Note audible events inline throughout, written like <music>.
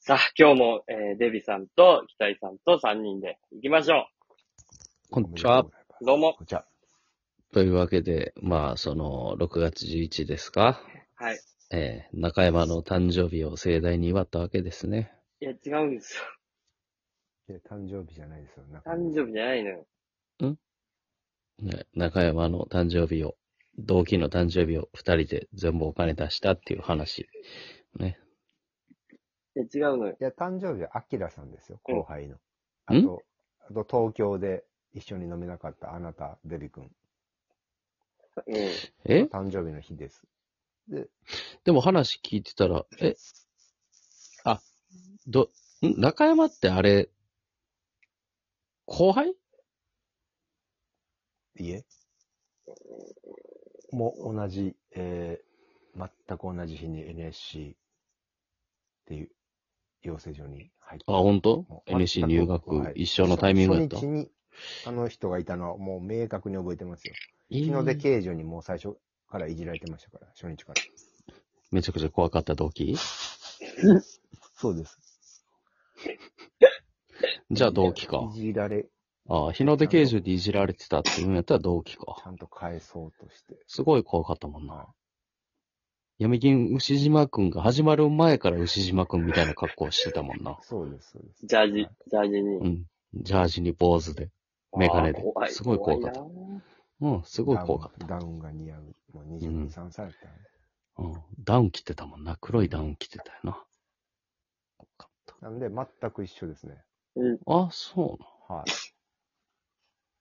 さあ、今日も、えーデビさんと、北井さんと3人で行きましょこんにちは。う。どうも。こんにちは。というわけで、まあ、その、6月11ですか。はい。えー、中山の誕生日を盛大に祝ったわけですね。いや、違うんですよ。 <laughs> いや、誕生日じゃないですよ。なんか誕生日じゃないのよ。ね中山の誕生日を、同期の誕生日を2人で全部お金出したっていう話。ね。いや、違うのよ。いや、誕生日はアキラさんですよ、うん後輩の。あんと、あと東京で一緒に飲めなかったあなた、デビ君。うん。え誕生日の日です。でも話聞いてたら、えあ、ど、ん中山ってあれ、後輩いえ。もう同じ、えー、全く同じ日に NSC っていう養成所に入って。あ、本当もう ?NC 入学一緒のタイミングやった初。日に、あの人がいたのはもう明確に覚えてますよ。いい日の出刑事にもう最初からいじられてましたから、初日から。めちゃくちゃ怖かった同期そうです。じゃあ同期か。いじられ、ああ、日の出刑事でいじられてたっていうんやったら同期ちか。ゃんと返そうとして。すごい怖かったもんなは。闇金牛島くんが始まる前から牛島くんみたいな格好してたもんな。そうです、そうです。ジャージ、ジャージうに。ん。ジャージに坊主で。メガネであー怖すごい怖かった怖いなうん、すごい怖かっダウンダウンが似合う。もう22、うん3歳だったね。た。うん。ダウン着てたもんな。黒いダウン着てたよな。怖かっなんで、全く一緒ですね。うん。たあ、そ <laughs> はい。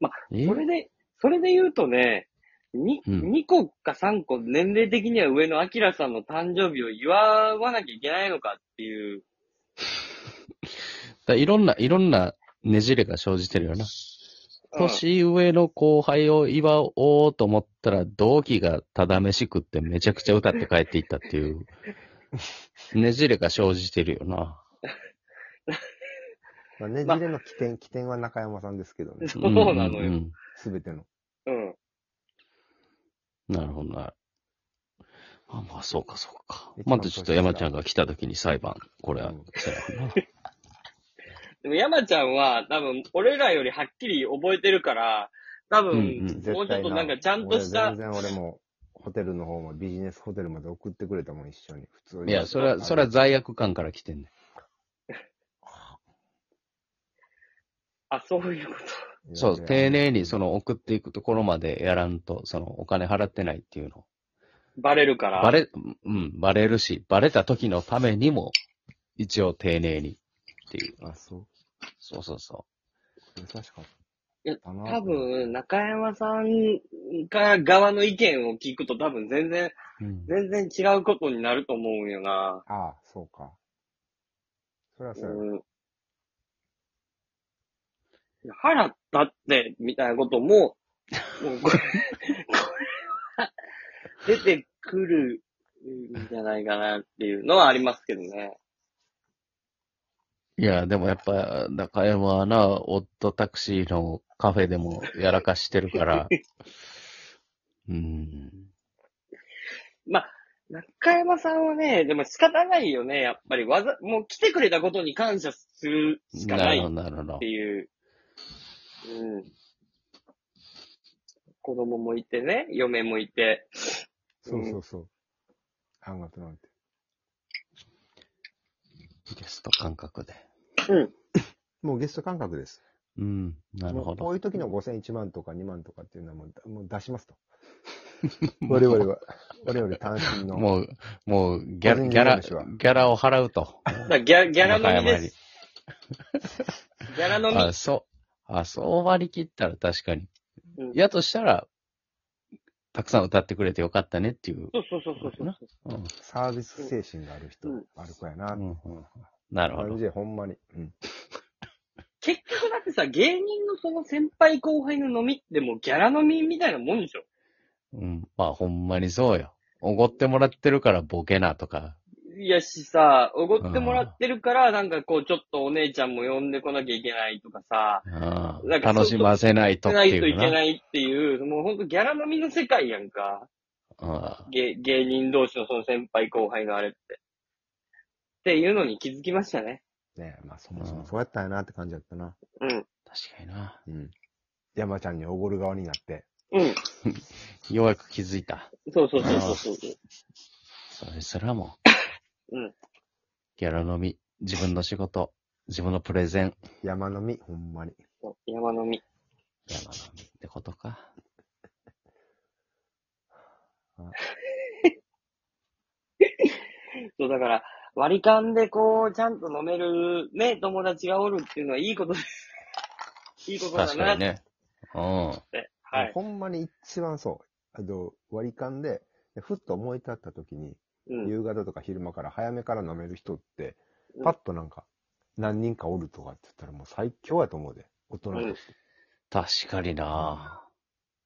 うなそのれえで、それで言うとね、に、うん2個か3個年齢的には上のアキラさんの誕生日を祝わなきゃいけないのかっていう。だいろんな、いろんなねじれが生じてるよな。うん年上の後輩を祝おうと思ったら、同期がただ飯食ってめちゃくちゃ歌って帰っていったっていう、ねじれが生じてるよな。まあ、ねじれの起点、起点は中山さんですけどね。そうなのんよ。んすべての。うん。うんなるほどな。あまあ、そうか、そうか一。番またちょっと山ちゃんが来た時に裁判、これは、うんそうやなでも山ちゃんは多分俺らよりはっきり覚えてるから、多分、うんうんもうちょっとなんかちゃんとし俺た、全然俺も、ホテルの方もビジネスホテルまで送ってくれたもん、一緒に。普通に。いや、それは、それは罪悪感から来てんねあ、そういうこいや。そう、丁寧にその。の送っていくところまでやらんと、そのお金払ってないっていうの。と。バレるから。バレ、うん、バレるし、バレた時のためにも、一応丁寧にっていう。あ、そう。そうそうそ優しかったな。多分、中山さんが側の意見を聞くと多分全然、う。うん全然違うことになると思うんよな。ああ、そうか。それはそうやうん。いや腹立って、みたいなことも、もうこれ、これは出てくるんじゃないかなっていうのはありますけどね。いや、でもやっぱ、中山はな、オットタクシーのカフェでもやらかしてるから。うん。中山さんはね、でも仕方ないよね、やっぱり。わざ、もう来てくれたことに感謝するしかなないるほど、なるほっどて。いう。うん。子供もいてね、嫁もいて。そうそうそう。半額なんて。ゲスト感覚で。もうゲスト感覚です。うん、なるほもうこうど。いう時の5000、1万とか2万とかっていうのはもうもう出 <laughs> しますと。我々は、我々単身の。もう、もう、ギャラ、個人ギャラ、事業主はギャラを払うと。だからギャギャラ飲み中山でにす。 <laughs> ギャラ飲みあ、。そう。あ、そう割り切ったら確かに。うんやとしたら、たくさん歌ってくれてよかったねっていう。そうそうそうそうそう。うん。サービス精神がある人、うんある子やな。なるほマどジ。でほんまに。うん。結局だってさ、芸人のその先輩後輩の飲みってもうギャラ飲みみたいなもんでしょうん。まあ、ほんまにそうよ。おごってもらってるからボケなとか。いやしさ、おごってもらってるから、なんかこう、ちょっとお姉ちゃんも呼んでこなきゃいけないとかさ、うんなんか楽しませないとしってないといいうけな。ないっていう、もうほんとギャラ飲みの世界やんか。うん芸芸人同士のその先輩後輩のあれって。っていうのに気づきましたね。ねえまあそもそもそうやったんやなって感じだったな。うん。確かにな。うん。山ちゃんにおごる側になって。うん。ようやく気づいた。そうそうそうそうそう。それすらも。うん。ギャラ飲み、自分の仕事、自分のプレゼン、山の実、ほんまに。そう山の実。山飲みってことか。そう、だから、割り勘でこう、ちゃんと飲めるね、友達がおるっていうのはいいこと <laughs> です。いいことだな。確かにね。うん。って。はい。ほんまに一番そう。あと、割り勘で、でふっと思い立った時に、うん。夕方とか昼間から早めから飲める人ってう、んパッとなんか、何人かおるとかって言ったらもう最強やと思うで。大人として。確かにな。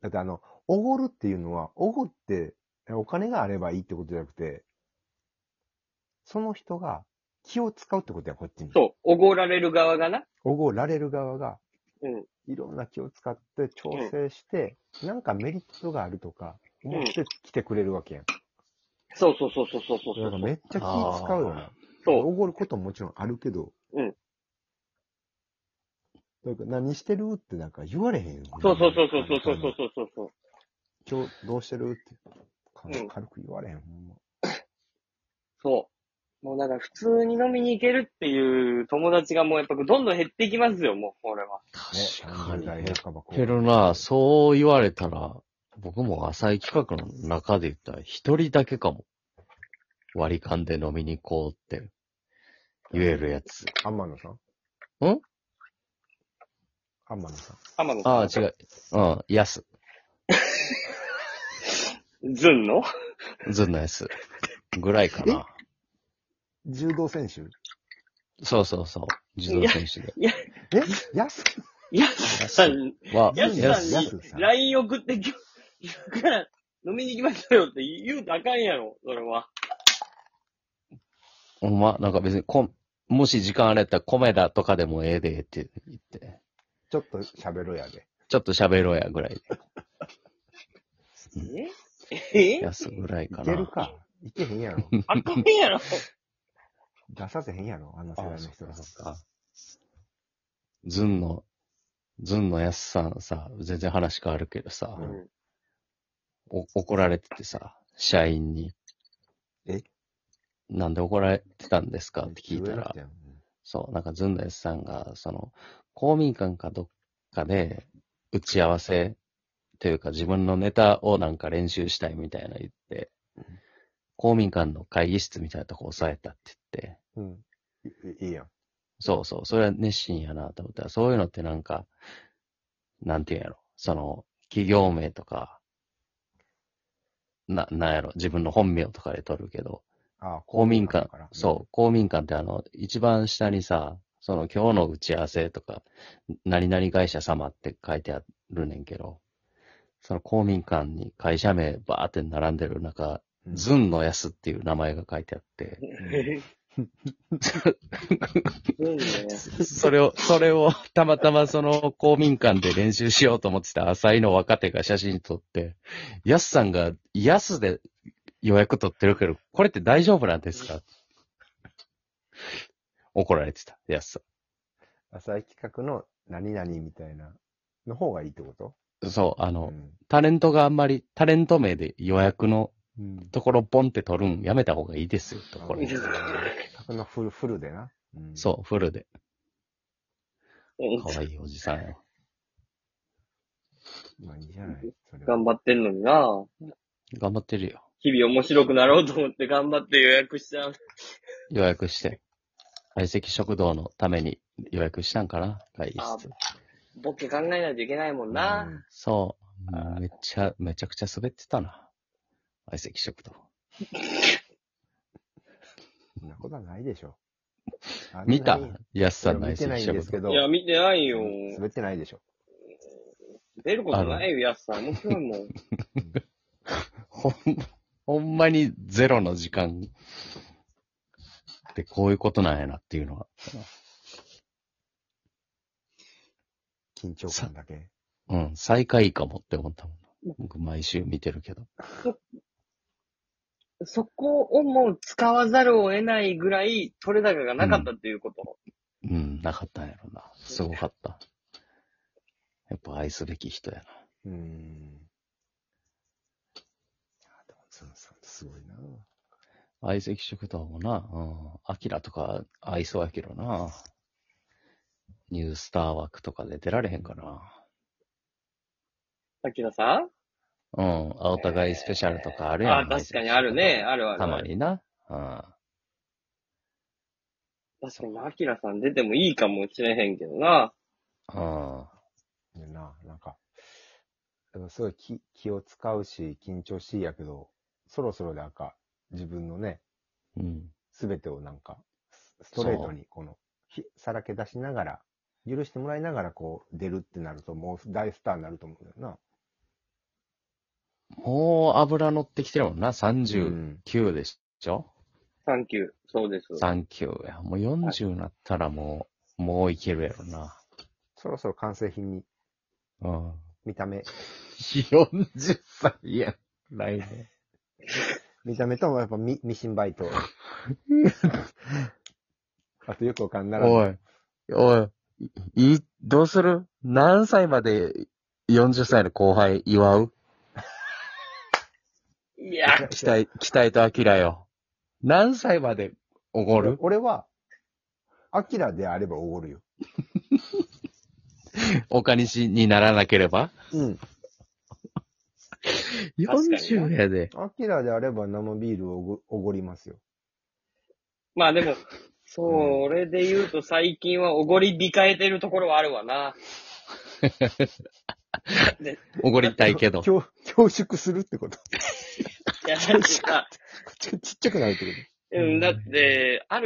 だってあの、おごるっていうのは、おごって、お金があればいいってことじゃなくて、その人が気を使うってことや、こっちに。そう、おごられる側がな。おごられる側が、うんいろんな気を使って調整して、なんかメリットがあるとか、思って来てくれるわけやん。そうそうそうそうそうそうそだからう。めっちゃ気使うよな。そうおごることももちろんあるけど。うんだから何してるってなんか言われへんよ。そうそうそうそうそうそうそうそうそう。今日どうしてるってかうん軽く言われへん、ほんま。そう。もうだから普通に飲みに行けるっていう友達がもうやっぱどんどん減っていきますよ、もう、これは。確か30に。代減平っカバコてるな。そう言われたら、僕も浅い企画の中で言ったら一人だけかも。割り勘で飲みに行こうって言えるやつ。天野さんん天野さん。天野さん。ああ、違う。うん、安。う。ずんのずんの安。ぐらいかな。柔道選手そうそうそう。自動選手で。え安やすさん、は、や安すやさ安んすやにすさん LINE 送ってき、今から飲みに行きましたよって言うとあかんやろ、それは。ほんま、なんか別にこん、もし時間あれやったら、米だとかでもええでって言って、ちょっと喋ろうやで。ちょっと喋ろうやぐらいえで、え安ぐらいいかけな。るか。いけへん <laughs> やろ。あかんやろ。出させへんやろ、あの世あ代のそ人っらか。そっか。ずんの、ずんの安さんさ、全然話変わるけどさ、うんお怒られててさ、社員に。えなんで怒られてたんですかって聞いた上のら人、やんそう、なんかずんだやすさんが、その、公民館かどっかで、打ち合わせというか自分のネタをなんか練習したいみたいな言って、公民館の会議室みたいなとこ押さえたって言って、うん。いいいやん。そうそう、それは熱心やなと思ったら、そういうのってなんか、なんていうんやろ、その、企業名とか、な、なんやろ、自分の本名とかで取るけど、あ公民館だから、そう、公民館ってあの、一番下にさ、その今日の打ち合わせとか、何々会社様って書いてあるねんけど、その公民館に会社名バーって並んでる中、うん。ズンの安っていう名前が書いてあって、ずん <laughs> のやすそれを、それをたまたまその公民館で練習しようと思ってた浅井の若手が写真撮って、安さんが安で予約取ってるけど、これって大丈夫なんですか怒られてた、安さん。浅い企画の何々みたいなの方がいいってことそう、あうの、ん。タレントがあんまり、タレント名で予約のうん。ところポンって取るんやめた方がいいですよ、ところれ。企画のフル、フルでな。うんそう、フルで。うん可愛いおじさんよ。まあいいじゃない。それは頑張ってんのにな頑張ってるよ。日々面白くなろうと思って頑張って予約しちゃう。予約して。相席食堂のために予約したんかな会議室。ボケ考えないといけないもんな。そう。めっちゃ、めちゃくちゃ滑ってたな。相席食堂。そんなことはないでしょ。あんなに <laughs> 見た安さんの見相てな席いんで食すけ堂。ど。いや、見てないよ。滑ってないでしょ。出ることないよ、やすさん。面白いもん。ほん、ほんまにゼロの時間ってこういうことなんやなっていうのは。緊張感だけ。うん、最下位かもって思ったもんな。僕毎週見てるけど。そこをもう使わざるを得ないぐらい取れ高がなかったっていうこと。うん、なかったんやろな。すごかった。やっぱ愛すべき人やな。うーん。いやでもズンさんってすごいな。相席食堂もな、うん。アキラとか愛想やけどな。ニュースター枠とかで出られへんかな。アキラさんうん。あお互いスペシャルとかあるやん。ああ、確かにあるね。。あるある。たま。にな。うん。確かに、アキラさん出てもいいかもしれへんけどな。うん。いやな、なんか、でもすごい気気を使うし、緊張しいやけど、そろそろなんか、自分のね、うん。すべてをなんか、スストレートに、この、ひさらけ出しながら、許してもらいながら、こう、出るってなると、もう大スターになると思うんだよな。もう油乗ってきてるもんな。う39んでしょ、サンキュー。そうです。 ?39 や。もう40なったらもう、もういけるやろな。そろそろ完成品に、 <laughs> うん。見た目、 40歳やん。来年。見た目と、やっぱミ、ミシンバイト。あと、よくわかんならおい、おい、い、いどうする何歳まで40歳の後輩祝ういや、期待、期待とアキラよ。何歳までおご俺る俺は、アキラであればおごるよ。お金しにならなければうん。確かにな ?40 やで。アキラであれば生ビールをおごおごりますよ。まあでも、それで言うと最近はおごり控えてるところはあるわな。おごりたいけど。恐恐縮するってこと。 <laughs> いや、だってさ、ちちっちゃくなるってこと。うん、だって、あるやん